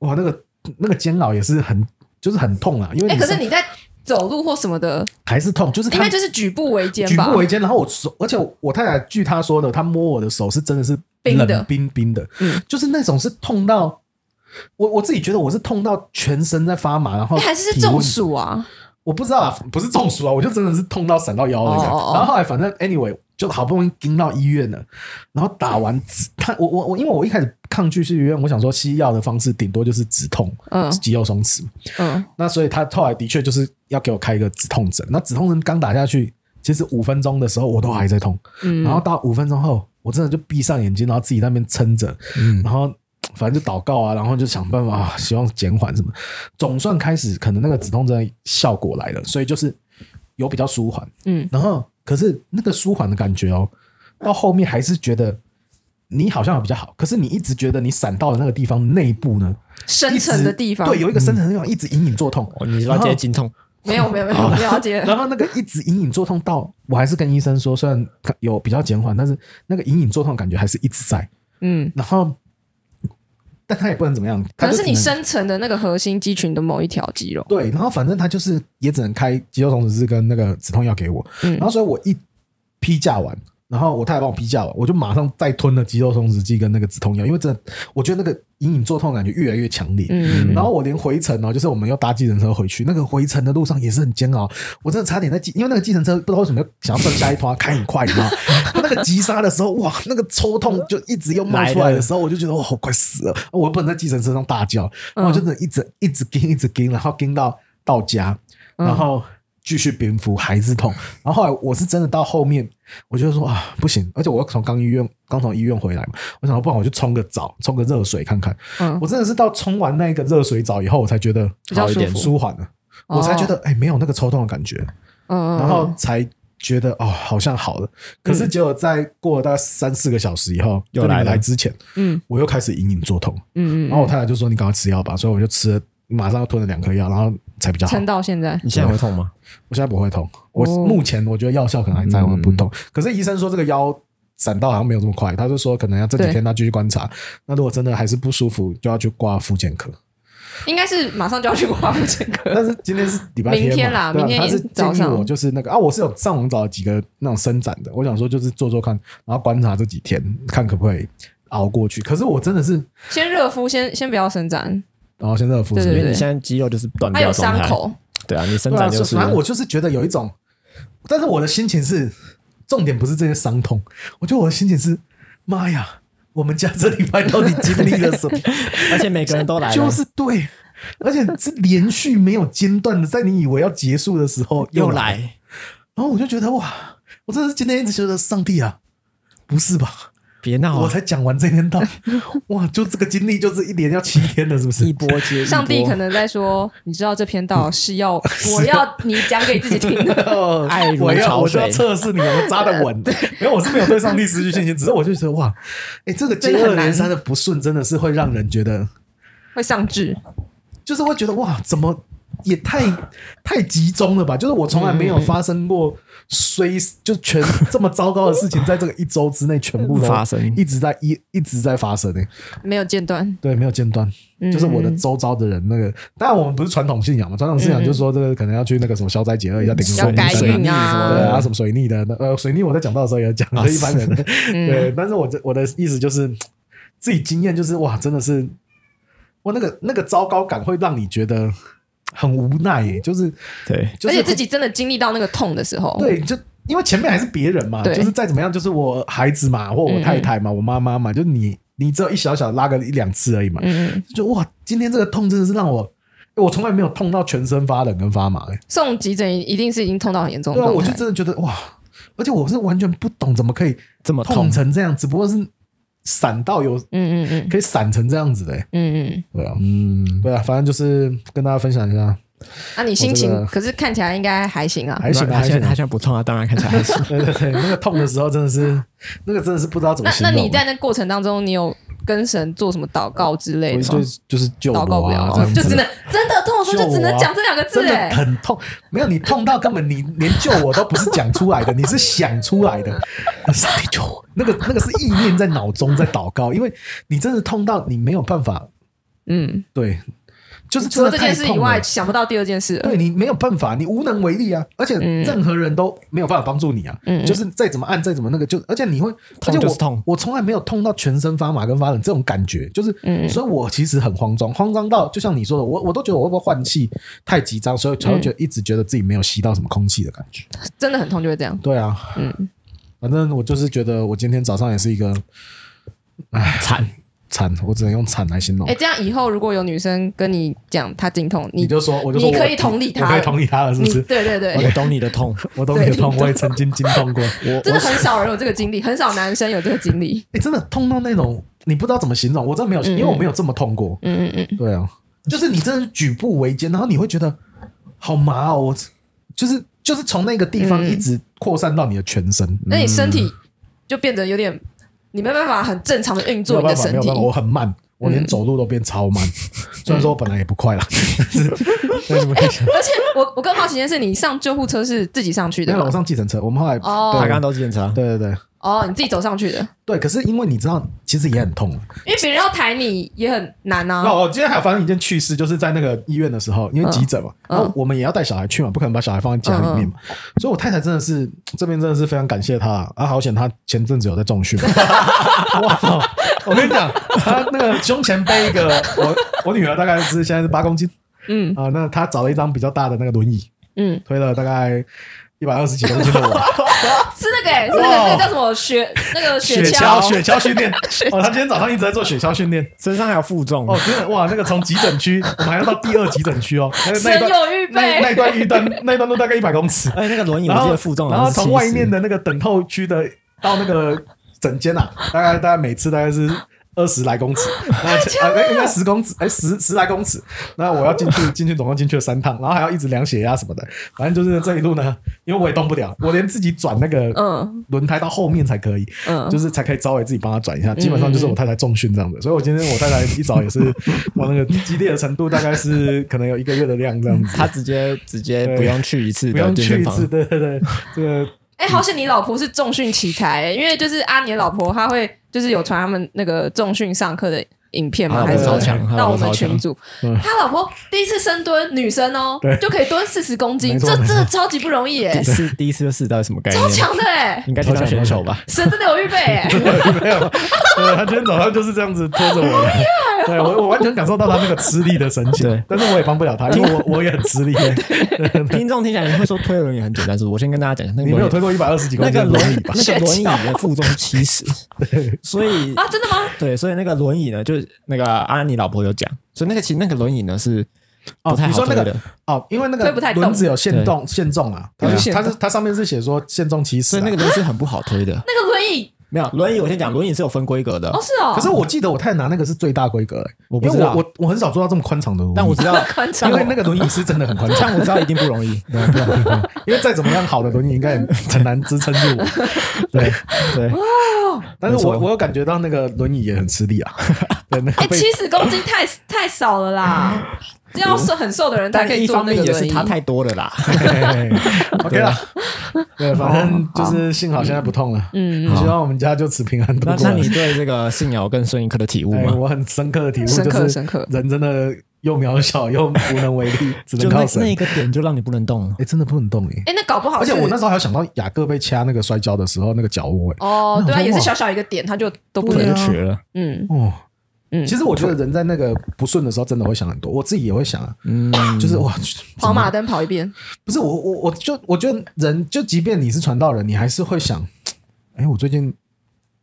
A: 哇，那个那个煎熬也是很，就是很痛啊，因为
E: 嗯，哎，可是
A: 你
E: 你在走路或什么的，
A: 还是痛，就是
E: 应
A: 他
E: 该就是举步维艰
A: 举
E: 吧
A: 步？维艰，然后我手，而且我我太太据她说的，她摸我的手是真的是
E: 冰的
A: 冷冰冰的，
E: 嗯
A: 就是那种是痛到。我我自己觉得我是痛到全身在发麻，然后
E: 哎还是是
A: 体温
E: 中暑啊？
A: 我不知道啊，不是中暑啊，我就真的是痛到闪到腰了。
E: 哦哦哦
A: 然后后来反正 anyway 就好不容易盯到医院了，然后打完止他我我我，因为我一开始抗拒去医院，我想说西药的方式顶多就是止痛，
E: 嗯
A: 肌肉松弛嘛。
E: 嗯，
A: 那所以他后来的确就是要给我开一个止痛针，那止痛针刚打下去，其实五分钟的时候我都还在痛，
E: 嗯
A: 然后到五分钟后，我真的就闭上眼睛，然后自己在那边撑着，然后。反正就祷告啊，然后就想办法，啊希望减缓什么，总算开始可能那个止痛针的效果来了，所以就是有比较舒缓，
E: 嗯，
A: 然后可是那个舒缓的感觉哦，到后面还是觉得你好像有比较好，可是你一直觉得你闪到的那个地方内部呢，
E: 深
A: 一直
E: 层的地方，
A: 对，有一个深层的地方一直隐隐作痛，
B: 哦，你是要
A: 然后
B: 接经痛，
E: 没有没有没有没有哦了解，
A: 然哦后那个一直隐隐作痛到，我还是跟医生说，虽然有比较减缓，但是那个隐隐作痛感觉还是一直在。
E: 嗯，
A: 然后，但他也不能怎么样，
E: 可
A: 他
E: 能
A: 就是
E: 你
A: 只能
E: 深层的那个核心肌群的某一条肌肉，
A: 对，然后反正他就是也只能开肌肉松弛剂跟那个止痛药给我。
E: 嗯
A: 然后所以我一批假完，然后我太太帮我批假完，我就马上再吞了肌肉松弛剂跟那个止痛药，因为真的我觉得那个隐隐作痛感觉越来越强烈。
E: 嗯
A: 然后我连回程哦，就是我们要搭计程车回去，那个回程的路上也是很煎熬，我真的差点在计，因为那个计程车不知道为什么想要奔下一团，开很快，你知道吗？那个急刹的时候，哇，那个抽痛就一直又冒出来的时候，我就觉得我好快死了，我又不能在计程车上大叫，然后我就真的一直一直盯，一直盯，然后盯到到家，然后。继续蝙蝠还是痛，然后后来我是真的到后面，我就说啊不行，而且我又从刚医院刚从医院回来嘛，我想说不然我就冲个澡，冲个热水看看，
E: 嗯
A: 我真的是到冲完那个热水澡以后，我才觉得
E: 比较
A: 好一点
E: 舒服
A: 舒缓了，
E: 哦
A: 我才觉得哎、没有那个抽痛的感觉，
E: 嗯，
A: 然后才觉得哦好像好了。可是结果在过了大概三四个小时以后，就
B: 又
A: 你们
B: 来了
A: 来之前，
E: 嗯
A: 我又开始隐隐作痛，
E: 嗯嗯
A: 然后我太太就说你赶快吃药吧，所以我就吃了，马上要吞了两颗药，然后才比较好
E: 撑。到现在，
B: 你现在会痛吗？
A: 我现在不会痛，我
E: 哦
A: 目前我觉得药效可能还在，
B: 嗯
A: 我不痛。可是医生说这个腰闪到好像没有这么快，他就说可能要这几
E: 对
A: 天他继续观察。那如果真的还是不舒服，就要去挂复健科。
E: 应该是马上就要去挂妇产科，
A: 但是今天是礼拜天嘛
E: 明天啦
A: 对啊
E: 明天
A: 他是
E: 早
A: 建议
E: 上
A: 我就是那个啊，我是有上网找几个那种伸展的，我想说就是做做看，然后观察这几天，看可不可以熬过去。可是我真的是，
E: 先热敷，先先不要伸展，
A: 然后现在的肤质，
B: 因
E: 对对
B: 为
E: 对
B: 你现在肌肉就是断
E: 它有
B: 掉状
E: 伤
B: 态，
E: 口，
B: 对啊，你伸
A: 对啊
B: 展就是
A: 反正我就是觉得有一种，但是我的心情是，重点不是这些伤痛，我觉得我的心情是，妈呀，我们家这礼拜到底经历了什么？
B: 而且每个 人都来了，
A: 就是对。而且是连续没有间断的，在你以为要结束的时候
B: 又
A: 来，
B: 来，
A: 然后我就觉得哇，我真的是今天一直觉得上帝啊，不是吧？
B: 别闹
A: 我
B: 啊，
A: 才讲完这篇道， 哇，就这个经历就是一连要七天了，是不
B: 一
A: 是？
B: 波接一波，
E: 上帝可能在说，你知道这篇
A: 嗯
E: 道是要 我要你讲给自己听的，
A: 哦
B: 爱如
A: 我要
B: 潮
A: 我就要
B: 水，
A: 测试你有没有扎得稳。没有，我是没有对上帝失去信心，只是我就觉得哇，哎，这个接
E: 真的
A: 二
E: 很难
A: 连三的不顺，真的是会让人觉得，
E: 会上志，
A: 就是会觉得哇，怎么也太太集中了吧？就是我从来没有
B: 嗯
A: 发生过衰，就全 这么糟糕的事情，在这个一周之内全部都
B: 发生
A: 一直在一一直在发生诶、欸
E: 没有间断，
A: 对，没有间断，
E: 嗯
A: 就是我的周遭的人那个。当然，我们不是传统信仰嘛，传统信
E: 嗯
A: 仰就是说这个可能要去那个什么消灾解厄，要顶
E: 要
A: 水
E: 改
A: 泥
E: 运
A: 对
E: 啊，哦
A: 啊，什么水逆的，那呃，水逆我在讲到的时候也讲了一般人，
E: 嗯
A: 对，但是我这我的意思就是，自己经验就是哇，真的是，哇，那个那个糟糕感会让你觉得很无奈耶，就是
B: 对，
A: 就
E: 而
A: 是
E: 且自己真的经历到那个痛的时候，
A: 对，就因为前面还是别人嘛，
E: 对嗯
A: 就是再怎么样，就是我孩子嘛，或我太太嘛，我妈妈嘛，就你，你只有一小小拉个一两次而已嘛，
E: 嗯，
A: 就哇，今天这个痛真的是让我，我从来没有痛到全身发冷跟发麻、欸，
E: 送急诊一定是已经痛到很严重的
A: 对啊，
E: 状态。
A: 我就真的觉得哇，而且我是完全不懂怎么可以
B: 这么
A: 痛
B: 痛，
A: 成这样，只不过是闪到有
E: 嗯嗯嗯
A: 可以闪成这样子的、欸，
E: 嗯嗯。
A: 对啊，
B: 嗯，
A: 对啊，反正就是跟大家分享一下，
E: 那、啊你心情
A: 我这个
E: 可是看起来应该还行啊。
A: 还行啊
B: 他
A: 还行
B: 现在他
A: 啊，。
B: 现在不痛啊，当然看起来还行
A: 对对对，那个痛的时候真的是，那个真的是不知道怎么
E: 那
A: 形
E: 那
A: 容。啊
E: 你在那过程当中，你有跟神做什么祷告之类
A: 我
E: 的
A: 就
E: 吗？
A: 就是救
E: 祷告
A: 我
E: 不
A: 啊
E: 了，，哦
A: 这样
E: 就
A: 子
E: 只能真的痛的时候就只能
A: 救我啊
E: 讲这两个字
A: 真
E: 哎
A: 的。很痛，没有你痛到根本你连救我都不是讲出来的，你是想出来的，上帝救我，那个那个是意念在脑中在祷告，因为你真的痛到你没有办法，
E: 嗯，
A: 对，就是
E: 除
A: 真
E: 了
A: 的
E: 这件事
A: 太
E: 以
A: 痛
E: 外，
A: 了
E: 想不到第二件事了。
A: 对你没有办法，你无能为力啊！而且任何人都没有办法帮助你啊！
E: 嗯嗯嗯
A: 就是再怎么按，再怎么那个，就而且你会，而
B: 痛
A: 且
B: 就
A: 我
B: 是痛
A: 我从来没有痛到全身发麻跟发冷这种感觉，就是，
E: 嗯嗯
A: 所以我其实很慌张，慌张到就像你说的，我我都觉得我会不会换气太紧张，所以才会觉得一直觉得自己没有吸到什么空气的感觉。
E: 真的很痛就会这样。
A: 对啊，
E: 嗯，
A: 反正我就是觉得我今天早上也是一个
B: 惨，
A: 惨，我只能用惨来形容
E: 哎、。这样以后如果有女生跟你讲她经痛，你
A: 你就说，我就说
E: 你
A: 我
E: 可以同理她
A: 我可以同理他了，是不
E: 你
A: 是？
E: 对对对，
B: 我懂你的痛，
A: 我懂你的
E: 对
A: 痛，我也曾经经痛过。我
E: 真的很少人有这个经历，很少男生有这个经历。
A: 哎、真的痛到那种你不知道怎么形容，我真的没有，
E: 嗯
A: 因为我没有这么痛过。
E: 嗯嗯嗯，
A: 对啊，就是你真的举步维艰，然后你会觉得好麻哦，我就是就是从那个地方
E: 嗯
A: 一直扩散到你的全身，
E: 那你身体就变得有点，你没办法很正常的运
A: 没
E: 作
A: 有
E: 你
A: 办
E: 的
A: 法，没
E: 身
A: 有
E: 体嗯
A: 办。法，我很慢，我连走路都变超慢。虽然说我本来也不快 啦，
E: 啊 而且我我更好奇的是，你上救护车是自己上去的
A: 因为我
E: 吗？
A: 上计程车，我们后来
E: 哦
B: 他刚
A: 对
B: 刚都是检啊查，
A: 对对对
E: 哦，你自己走上去的，
A: 对，可是因为你知道，其实也很痛。
E: 因为别人要抬你也很难
A: 那
E: 啊。
A: 我哦今天还有发生一件趣事，就是在那个医院的时候，因为急诊嘛，
E: 嗯
A: 然后我们也要带小孩去嘛，不可能把小孩放在家里面嘛，所以我太太真的是这边真的是非常感谢她啊，好险她前阵子有在重训，哇，哦我跟你讲，她那个胸前背一个，我我女儿大概是现在是八公斤
E: 嗯
A: 啊、那她找了一张比较大的那个轮椅，
E: 嗯，
A: 推了大概一百二十几公斤的我。
E: 是那个、欸，是那个
A: 哇
E: 那个叫什么雪那个
A: 雪
E: 橇，
A: 雪橇训练，哦，她今天早上一直在做雪橇训练，
B: 身上还有负重
A: 哦，真的哇，那个从急诊区，我们还要到第二急诊区哦，那个那一
E: 深
A: 段
E: 有预
A: 那那
E: 备
A: 一。段一段那一段路大概一百公尺，
B: 哎，那个轮椅我
A: 然
B: 记
A: 后
B: 得负重
A: 然后
B: 好像是
A: 从外面
B: 70，
A: 的那个等候区的到那个诊间啊，大概大概每次大概是。二十来公尺，然后啊，哎应该十公尺，哎，十十来公尺。那我要进去，进去总共进去了三趟，然后还要一直量血压什么的。反正就是这一路呢，因为我也动不了，我连自己转那个
E: 嗯
A: 轮胎到后面才可以，
E: 嗯
A: 就是才可以稍微自己帮他转一下。基本上就是我太太重训这样子，所以我今天我太太一早也是，我那个激烈的程度大概是可能有一个月的量这样 子，
B: 他直接直接不用去一次
A: 不
B: 的
A: 用
B: 健
A: 去
B: 身
A: 一
B: 房
A: 次，，对对对，这个
E: 哎、好险你老婆是重训奇才、欸，因为就是阿年老婆，她会就是有传他们那个重训上课的影片
B: 她
E: 嘛，
B: 老
E: 还
B: 婆
E: 是什么
B: 超强她
E: 到
B: 老
E: 我
B: 婆
E: 们
B: 超
E: 群
B: 强
E: 组，她老婆第一次深蹲，女生哦、
A: 对
E: 就可以蹲四十公斤，
A: 没错
E: 这
A: 没错
E: 真的超级不容易耶、
B: 第一次第一次就试到什么概念
E: 超？强的哎、
B: 应该挑选手吧？
E: 神真的有预备哎、
A: 没有，呃，他今天早上就是这样子拖着 我的，对我我完全感受到他那个吃力的神情
B: 对，
A: 但是我也帮不了他，因为我我也很吃力。
B: 听众听起来你会说推轮椅很简单，是不是我先跟大家讲一下，那
A: 你
B: 个
A: 没有
B: 轮椅
A: 推过一百二十几公
B: 那
A: 斤
B: 个
A: 的轮
B: 轮
A: 椅
B: 椅
A: 吧？
B: 那个 轮椅的负重是七 十，所以
E: 啊，真的吗？
B: 对，所以那个轮椅呢，就是那个阿妮老婆有讲，所以那个其实那个轮椅呢是不太
A: 你
B: 好
A: 说
B: 推
A: 那
B: 的，
A: 个哦，因为那
E: 推不
A: 个
E: 太动
A: 轮子有限动限重啊，它是它是它上面是写说限重七十
B: 所以
A: 啊，
B: 那个轮椅是很不好推的。
E: 那个轮椅
B: 没有轮椅，我先讲，轮椅是有分规格的
E: 哦，，是哦，
A: 可是我记得我太拿那个是最大规格、欸，
B: 我不
A: 因为
B: 知道
A: 我我我很少做到这么宽敞的轮椅，
B: 但我知道，
E: 宽
A: 因
E: 敞
A: 为那个轮椅是真的很宽敞，
B: 但我知道一定不容易。
A: 对对对对因为再怎么样好的轮椅应该也很难支撑 住我，对，
B: 对，
A: 但是我
B: 没错
A: 我有感觉到那个轮椅也很吃 力啊，对，那
E: 哎
A: 个，被
E: 七十公斤太太少了啦，这样瘦很瘦的人才可
B: 但
E: 以
B: 一
E: 坐
B: 方
E: 那
B: 面
E: 个
B: 也
E: 轮
B: 是
E: 椅。
B: 他太多了啦。
A: OK
B: 啊
A: 了，对，反
B: 哦
A: 正就是幸好现在不痛了，
E: 嗯
A: 希望我们家就此平安度
B: 那
A: 过
B: 那
A: 了
B: 你。 对这个信仰有更深一刻的体悟
A: 哎，
B: 吗？
A: 我很深刻的体悟
E: 深刻
A: 就是
E: 深刻
A: 人真的又渺小又无能为 力，只能
B: 就那
A: 靠神
B: 那。一个点就让你不能动了。
A: 哎，真的不能动哎。
E: 哎、那搞不好
A: 而且
E: 是
A: 我那时候还有想到雅各被掐那个摔跤的时候那个脚窝、欸，
E: 哦，对
A: 那
E: 啊，
A: 我说
E: 也是
A: 哇
E: 小小一个点，他就都不
B: 不
A: 对
E: 能
A: 啊
B: 能学了，
E: 嗯
A: 哦，
E: 嗯，
A: 其实我觉得人在那个不顺的时候，真的会想很多，我自己也会想啊，
B: 嗯，
A: 就是哇，
E: 跑马灯跑一遍，
A: 不是我我我就我觉得人就即便你是传道人，你还是会想，哎，我最近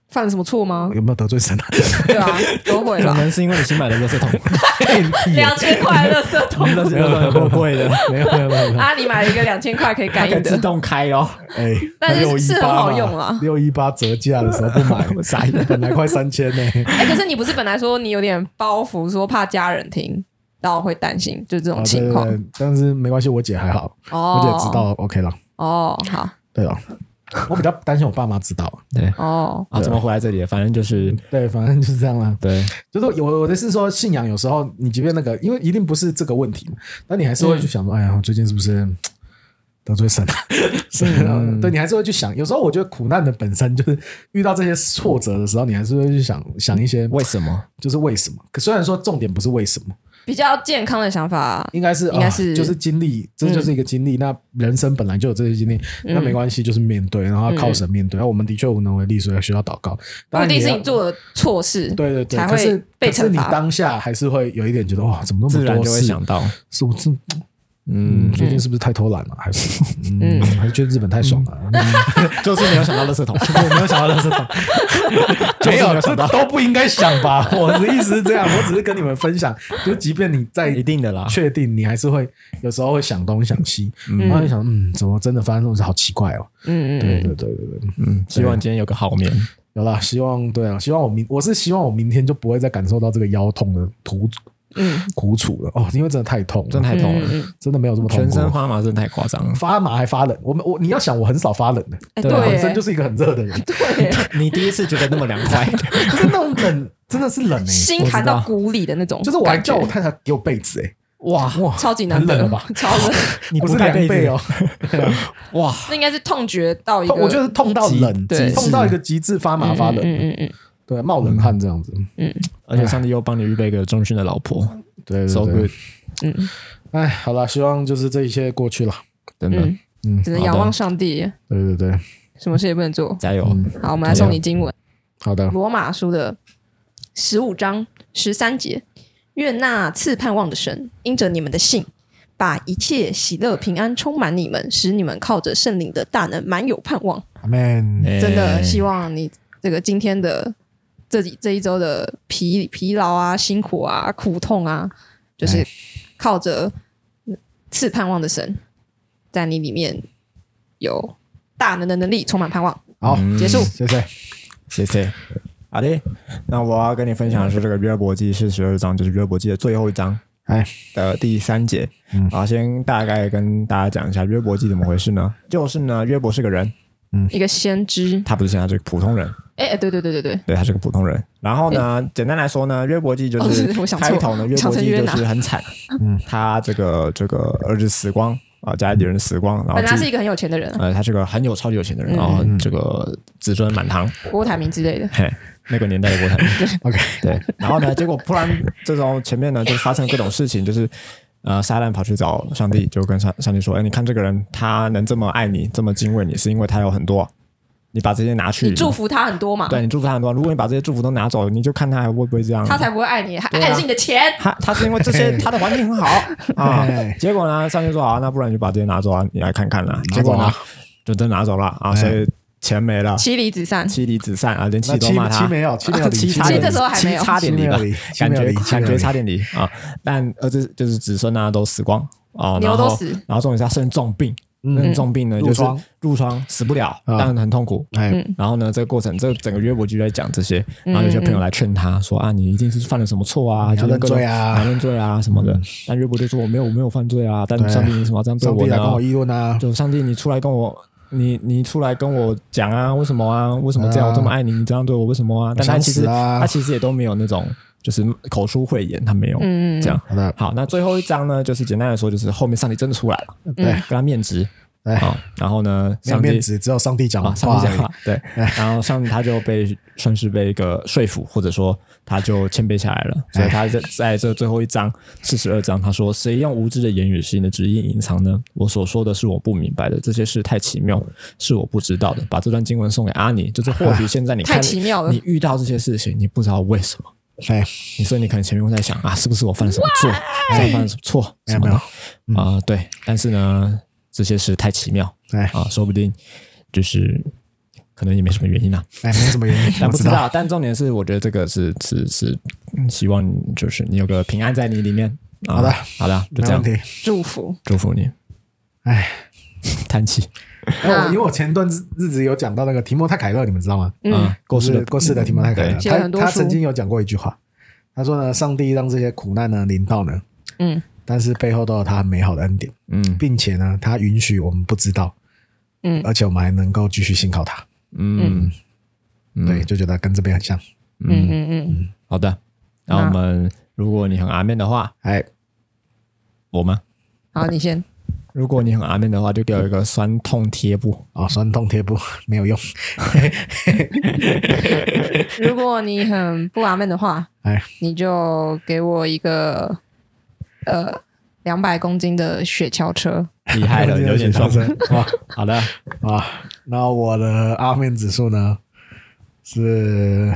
E: 犯了什么错吗？
A: 有没有得罪 神啊？
E: 对啊，都会
B: 可
E: 啦。
B: 能是因为你新买的垃圾 桶，
A: 哎
E: 两千块垃圾桶
B: 垃圾桶有够贵的，
A: 没有没有没有，没有
E: 啊，你买了一个两千块可以
B: 它
E: 感
B: 可以
E: 应
B: 自
E: 的，
B: 动开哦。
A: 哎，
E: 但是是很好用啊啦
A: 了。六一八折价的时候不 买，
B: 我傻眼
A: 本来快三千呢。
E: 哎、可是你不是本来说你有点包袱，说怕家人听到会担心，就这种
A: 啊对
E: 情
A: 对
E: 况
A: 对，但是没关系，我姐还好，我。
E: 哦
A: 姐知道 OK 了。
E: 哦，好
A: 对了，我比较担心我爸妈知道。
B: 对
E: 哦，
B: 啊，怎么回来这里？反正就是
A: 对，反正就是这样啦。
B: 对，
A: 就是我我的是说，信仰有时候你即便那个，因为一定不是这个问题，但你还是会去想
E: 嗯
A: 说，哎呀，我最近是不是嘖得罪神了？是啊， 对你还是会去想。有时候我觉得苦难的本身就是遇到这些挫折的时候，你还是会去想想一些
E: 嗯
B: 为什么？
A: 就是为什么。可虽然说重点不是为什么，
E: 比较健康的想法，
A: 应该是
E: 应该是嗯
A: 啊就是经历，这就是一个经历。那人生本来就有这些经历，那没关系，就是面对，然后靠神面对。然后我们的确无能为力，所以需要祷告。
E: 嗯不
A: 当
E: 一
A: 然
E: 定是
A: 也要
E: 你做的错事，
A: 对对对，
E: 才
A: 可是
E: 会被
A: 可是
E: 惩
A: 你
E: 罚。
A: 当下还是会有一点觉得哇，怎么那
B: 自
A: 么
B: 然
A: 多
B: 就会
A: 事？
B: 想到，
A: 是我是嗯，最近是不是太偷懒了？还是嗯，还是觉得日本太爽
B: 嗯
A: 了？嗯
B: 就是没有想到垃圾桶， 我没有想到垃圾桶。
A: 没有，这 都不应该想吧？我的意思是这样，我只是跟你们分享，就即便你在
B: 哎一定的啦，
A: 确定，你还是会有时候会想东想西，然后就想嗯，怎么真的发生这种事，好奇怪哦。
E: 嗯嗯
A: 对对对对对，
B: 嗯，希望今天有个好眠。
A: 有啦，希望对啊，希望我明我是希望我明天就不会再感受到这个腰痛的苦
E: 嗯
A: 苦楚了哦，因为真的太痛了，
B: 真的太痛了，
E: 嗯，
A: 真的没有这么痛
B: 全
A: 过
B: 身发麻真的太夸张了。
A: 发麻还发冷，我们我你要想，我很少发冷的，
E: 哎、
B: 对
E: 对
B: 啊
A: 我
E: 耶，
A: 本身就是一个很热的人，
E: 对耶，
B: 你第一次觉得那么凉快，
A: 可是那种冷真的是冷哎、
E: 心寒到骨里的那种感
A: 就
E: 觉，
A: 是我还叫我太太给我被子哎、
B: 哇
A: 哇，
E: 超级难
A: 很
E: 得
A: 冷了吧，
E: 超冷，
B: 你
A: 不
B: 不
A: 是
B: 盖
A: 凉
B: 被
A: 被
B: 子
A: 哦，
B: 哇，
E: 那应该是痛觉到一个，
A: 痛我觉得是痛到冷，
E: 对
A: 痛到一个极致发麻发冷，
E: 嗯嗯嗯
A: 对，冒冷汗这样子，
B: 嗯而且上帝又帮你预备一个忠训的老婆
A: 对对
B: ，so
A: 对
B: good，，
E: 嗯嗯
A: 哎，好了，希望就是这一切过去了，
B: 真的
E: 嗯，
A: 嗯，
E: 只能仰望上帝，
A: 对对对，
E: 什么事也不能做。
B: 加油！
E: 好，我们来送你经文。
A: 好的，
E: 罗马书的十五章十三节：愿那赐盼望的神，因着你们的信，把一切喜乐平安充满你们，使你们靠着圣灵的大能满有盼望。
A: 阿门，
B: 嗯哎
E: 真的希
B: 望
E: 望你这个今天的这几这一周的疲疲劳啊、辛苦啊、苦痛啊，就是
B: 哎
E: 靠着赐盼望的神，在你里面有大能的能力，充满盼望。
A: 好，
E: 结束。
A: 谢谢，
B: 谢谢。好的，那我要跟你分享的是这个约伯记四十二章，就是约伯记的最后一章。
A: 哎，
B: 的第三节。啊，先大概跟大家讲一下约伯记怎么回事呢？就是呢，约伯是个人，
E: 一个先知，
B: 他不是现在这个普通人，
E: 哎、哎，对对对对对，
B: 对，他是个普通人。然后呢，简单来说呢，约伯记就
E: 嗯哦
B: 是
E: 是我想错
B: 开头呢，约伯
E: 想成
B: 记
E: 约嗯
B: 就
E: 拿
B: 是很 惨，他这个这个儿子死光啊，家里人死光，然后
E: 本来
B: 自
E: 是
B: 己
E: 一嗯个很有钱的人啊，
B: 呃，他是个很有超级有钱的人，然后这个子孙满堂，
E: 郭台铭之类的。
B: 嘿，那个年代的国产。
A: OK，
B: 对，然后呢，结果突然这种前面呢就发生各种事情，就是呃，撒旦跑去找上帝，就跟上上帝说：“哎，你看这个人，他能这么爱你，这么敬畏你，是因为他有很多，你把这些拿去
E: 你祝，福他很多嘛，
B: 对你祝福他很多。如果你把这些祝福都拿走，你就看他还会不会这样。
E: 他才不会爱你，还
B: 对啊
E: 爱的是你的钱。
B: 他他是因为这些他的环境很好 啊
A: 哎，
B: 结果呢，上帝说：好啊，那不然你就把这些拿走啊，你来看看啦。
A: 拿
B: 结
A: 走
B: 果
A: 啊
B: 呢，就真拿走了啊，
E: 哎
B: 所以钱没了，
E: 妻离子散，
B: 妻离子散啊，连妻
A: 那
B: 都骂他，
A: 七没有， 七没有，
B: 七
A: 七
B: 差点
E: 其实这时候还没有
B: 七差点离吧
A: 七没有离，
B: 感
A: 七没有
B: 觉
A: 离
B: 感
A: 七没有
B: 觉
A: 离
B: 差点离啊！但呃，这就是子孙啊都死光啊，
E: 牛
B: 然后
E: 都死
B: 然后重点是他生重病，那重病呢
A: 褥
B: 就是
A: 嗯疮啊
B: 褥疮死不了，但很痛苦。
A: 哎，
E: 嗯
B: 然后呢，这个过程，这整个约伯就在讲这些，然后有些朋友来劝他
E: 嗯
B: 说啊，你一定是犯了什么错啊，
A: 你要
B: 就是
A: 认
B: 各种
A: 罪啊嗯
B: 要认罪啊什么的。但约伯就说我没有，我没有犯罪啊，但上帝你为什么要这样对
A: 上
B: 我
A: 帝
B: 呢
A: 来？跟我议论啊，
B: 就上帝，你出来跟我，你你出来跟我讲啊，为什么啊？为什么这样？
A: 啊
B: 我这么爱你，你这样对我，为什么啊？但他其
A: 想
B: 实、
A: 死啊
B: 他其实也都没有那种就是口出秽言，他没有、
E: 嗯，
B: 这样。
A: 好的，
B: 好，那最后一章呢，就是简单的说，就是后面上帝真的出来了，
A: 对，
B: 跟他面值
A: 哎
B: 啊、然后呢，
A: 没有
B: 上帝
A: 面子，只有上帝讲
E: 哦
B: 啊，上
A: 话
B: 帝讲
A: 而
B: 话， 对，然后上帝他就被算是被一个说服，或者说他就谦卑下来了，
E: 哎
B: 所以他在在这最后一章四十二章，他说：“谁用无知的言语使你的旨意隐藏呢？我所说的是我不明白的，这些事太奇妙，是我不知道的。”把这段经文送给阿尼，就是或许现在你看
E: 太奇妙了
B: 你遇到这些事情，你不知道为什么。
A: 已，哎，
B: 你说你可能前面会在想啊，是不是我犯了什么错？是我犯了什么错？
A: 没
B: 什
E: 哎
A: 有
B: 么
A: 没
B: 的
A: 有
B: 啊、对，但是呢，这些事太奇妙
A: 哎
B: 啊、说不定就是可能也没什么原因啊，
A: 哎，没什么原因，
B: 但
A: 我
B: 不知
A: 道。
B: 道。但重点是，我觉得这个是是是，嗯希望就是你有个平安在你里面。啊
A: 好的
B: 好的，
A: 没
B: 就这
A: 问
B: 样，
A: 题。
E: 祝福。
B: 祝福你，
A: 哎，
B: 叹气。
A: 哎我因为我前段日日子有讲到那个提莫泰凯勒，你们知道吗？
E: 嗯，
B: 过世
A: 就是
B: 的
A: 过世的提莫泰凯勒，
B: 啊对
E: 写了很多
A: 他他
E: 书
A: 曾经有讲过一句话，他说呢，上帝让这些苦难呢临到呢，
E: 嗯，
A: 但是背后都有他很美好的恩典，
B: 嗯
A: 并且呢，他允许我们不知道，
E: 嗯
A: 而且我们还能够继续信靠他。
B: 嗯嗯
A: 对，就觉得跟这边很像。
E: 嗯嗯嗯，
B: 好的。那我们，如果你很阿面的话，
A: 哎，
B: 我吗？
E: 好，你先。
B: 如果你很阿面的话，就给我一个酸痛贴布。
A: 哦，酸痛贴布没有用。
E: 如果你很不阿闷的话，
A: 哎，
E: 你就给我一个呃两百公斤的雪橇车。
B: 厉害 了，有点
A: 上
B: 撞。
A: 升 哇
B: 好的，
A: 哇！然后我的阿面指数呢是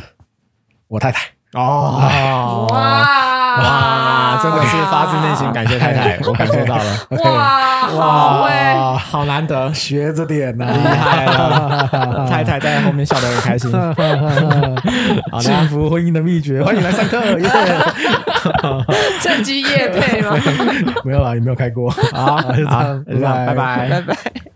A: 我太太。
B: 哦，
E: 哇
B: 哇，真的是发自内心感谢太太，我感受到了，
E: 哇，好会，
A: 啊，
B: 好难得，
A: 学着点啊呐、
B: 厉害了， 太太在后面笑得很开 心。好
A: 幸
B: 的，
A: 福婚姻的秘诀，欢迎来上课。 耶
E: 趁机夜配吗？
A: 没有啦，也没有开过。
B: 好，
A: 就这样
B: 好就这样拜
A: 拜拜
B: 拜
E: 拜。拜。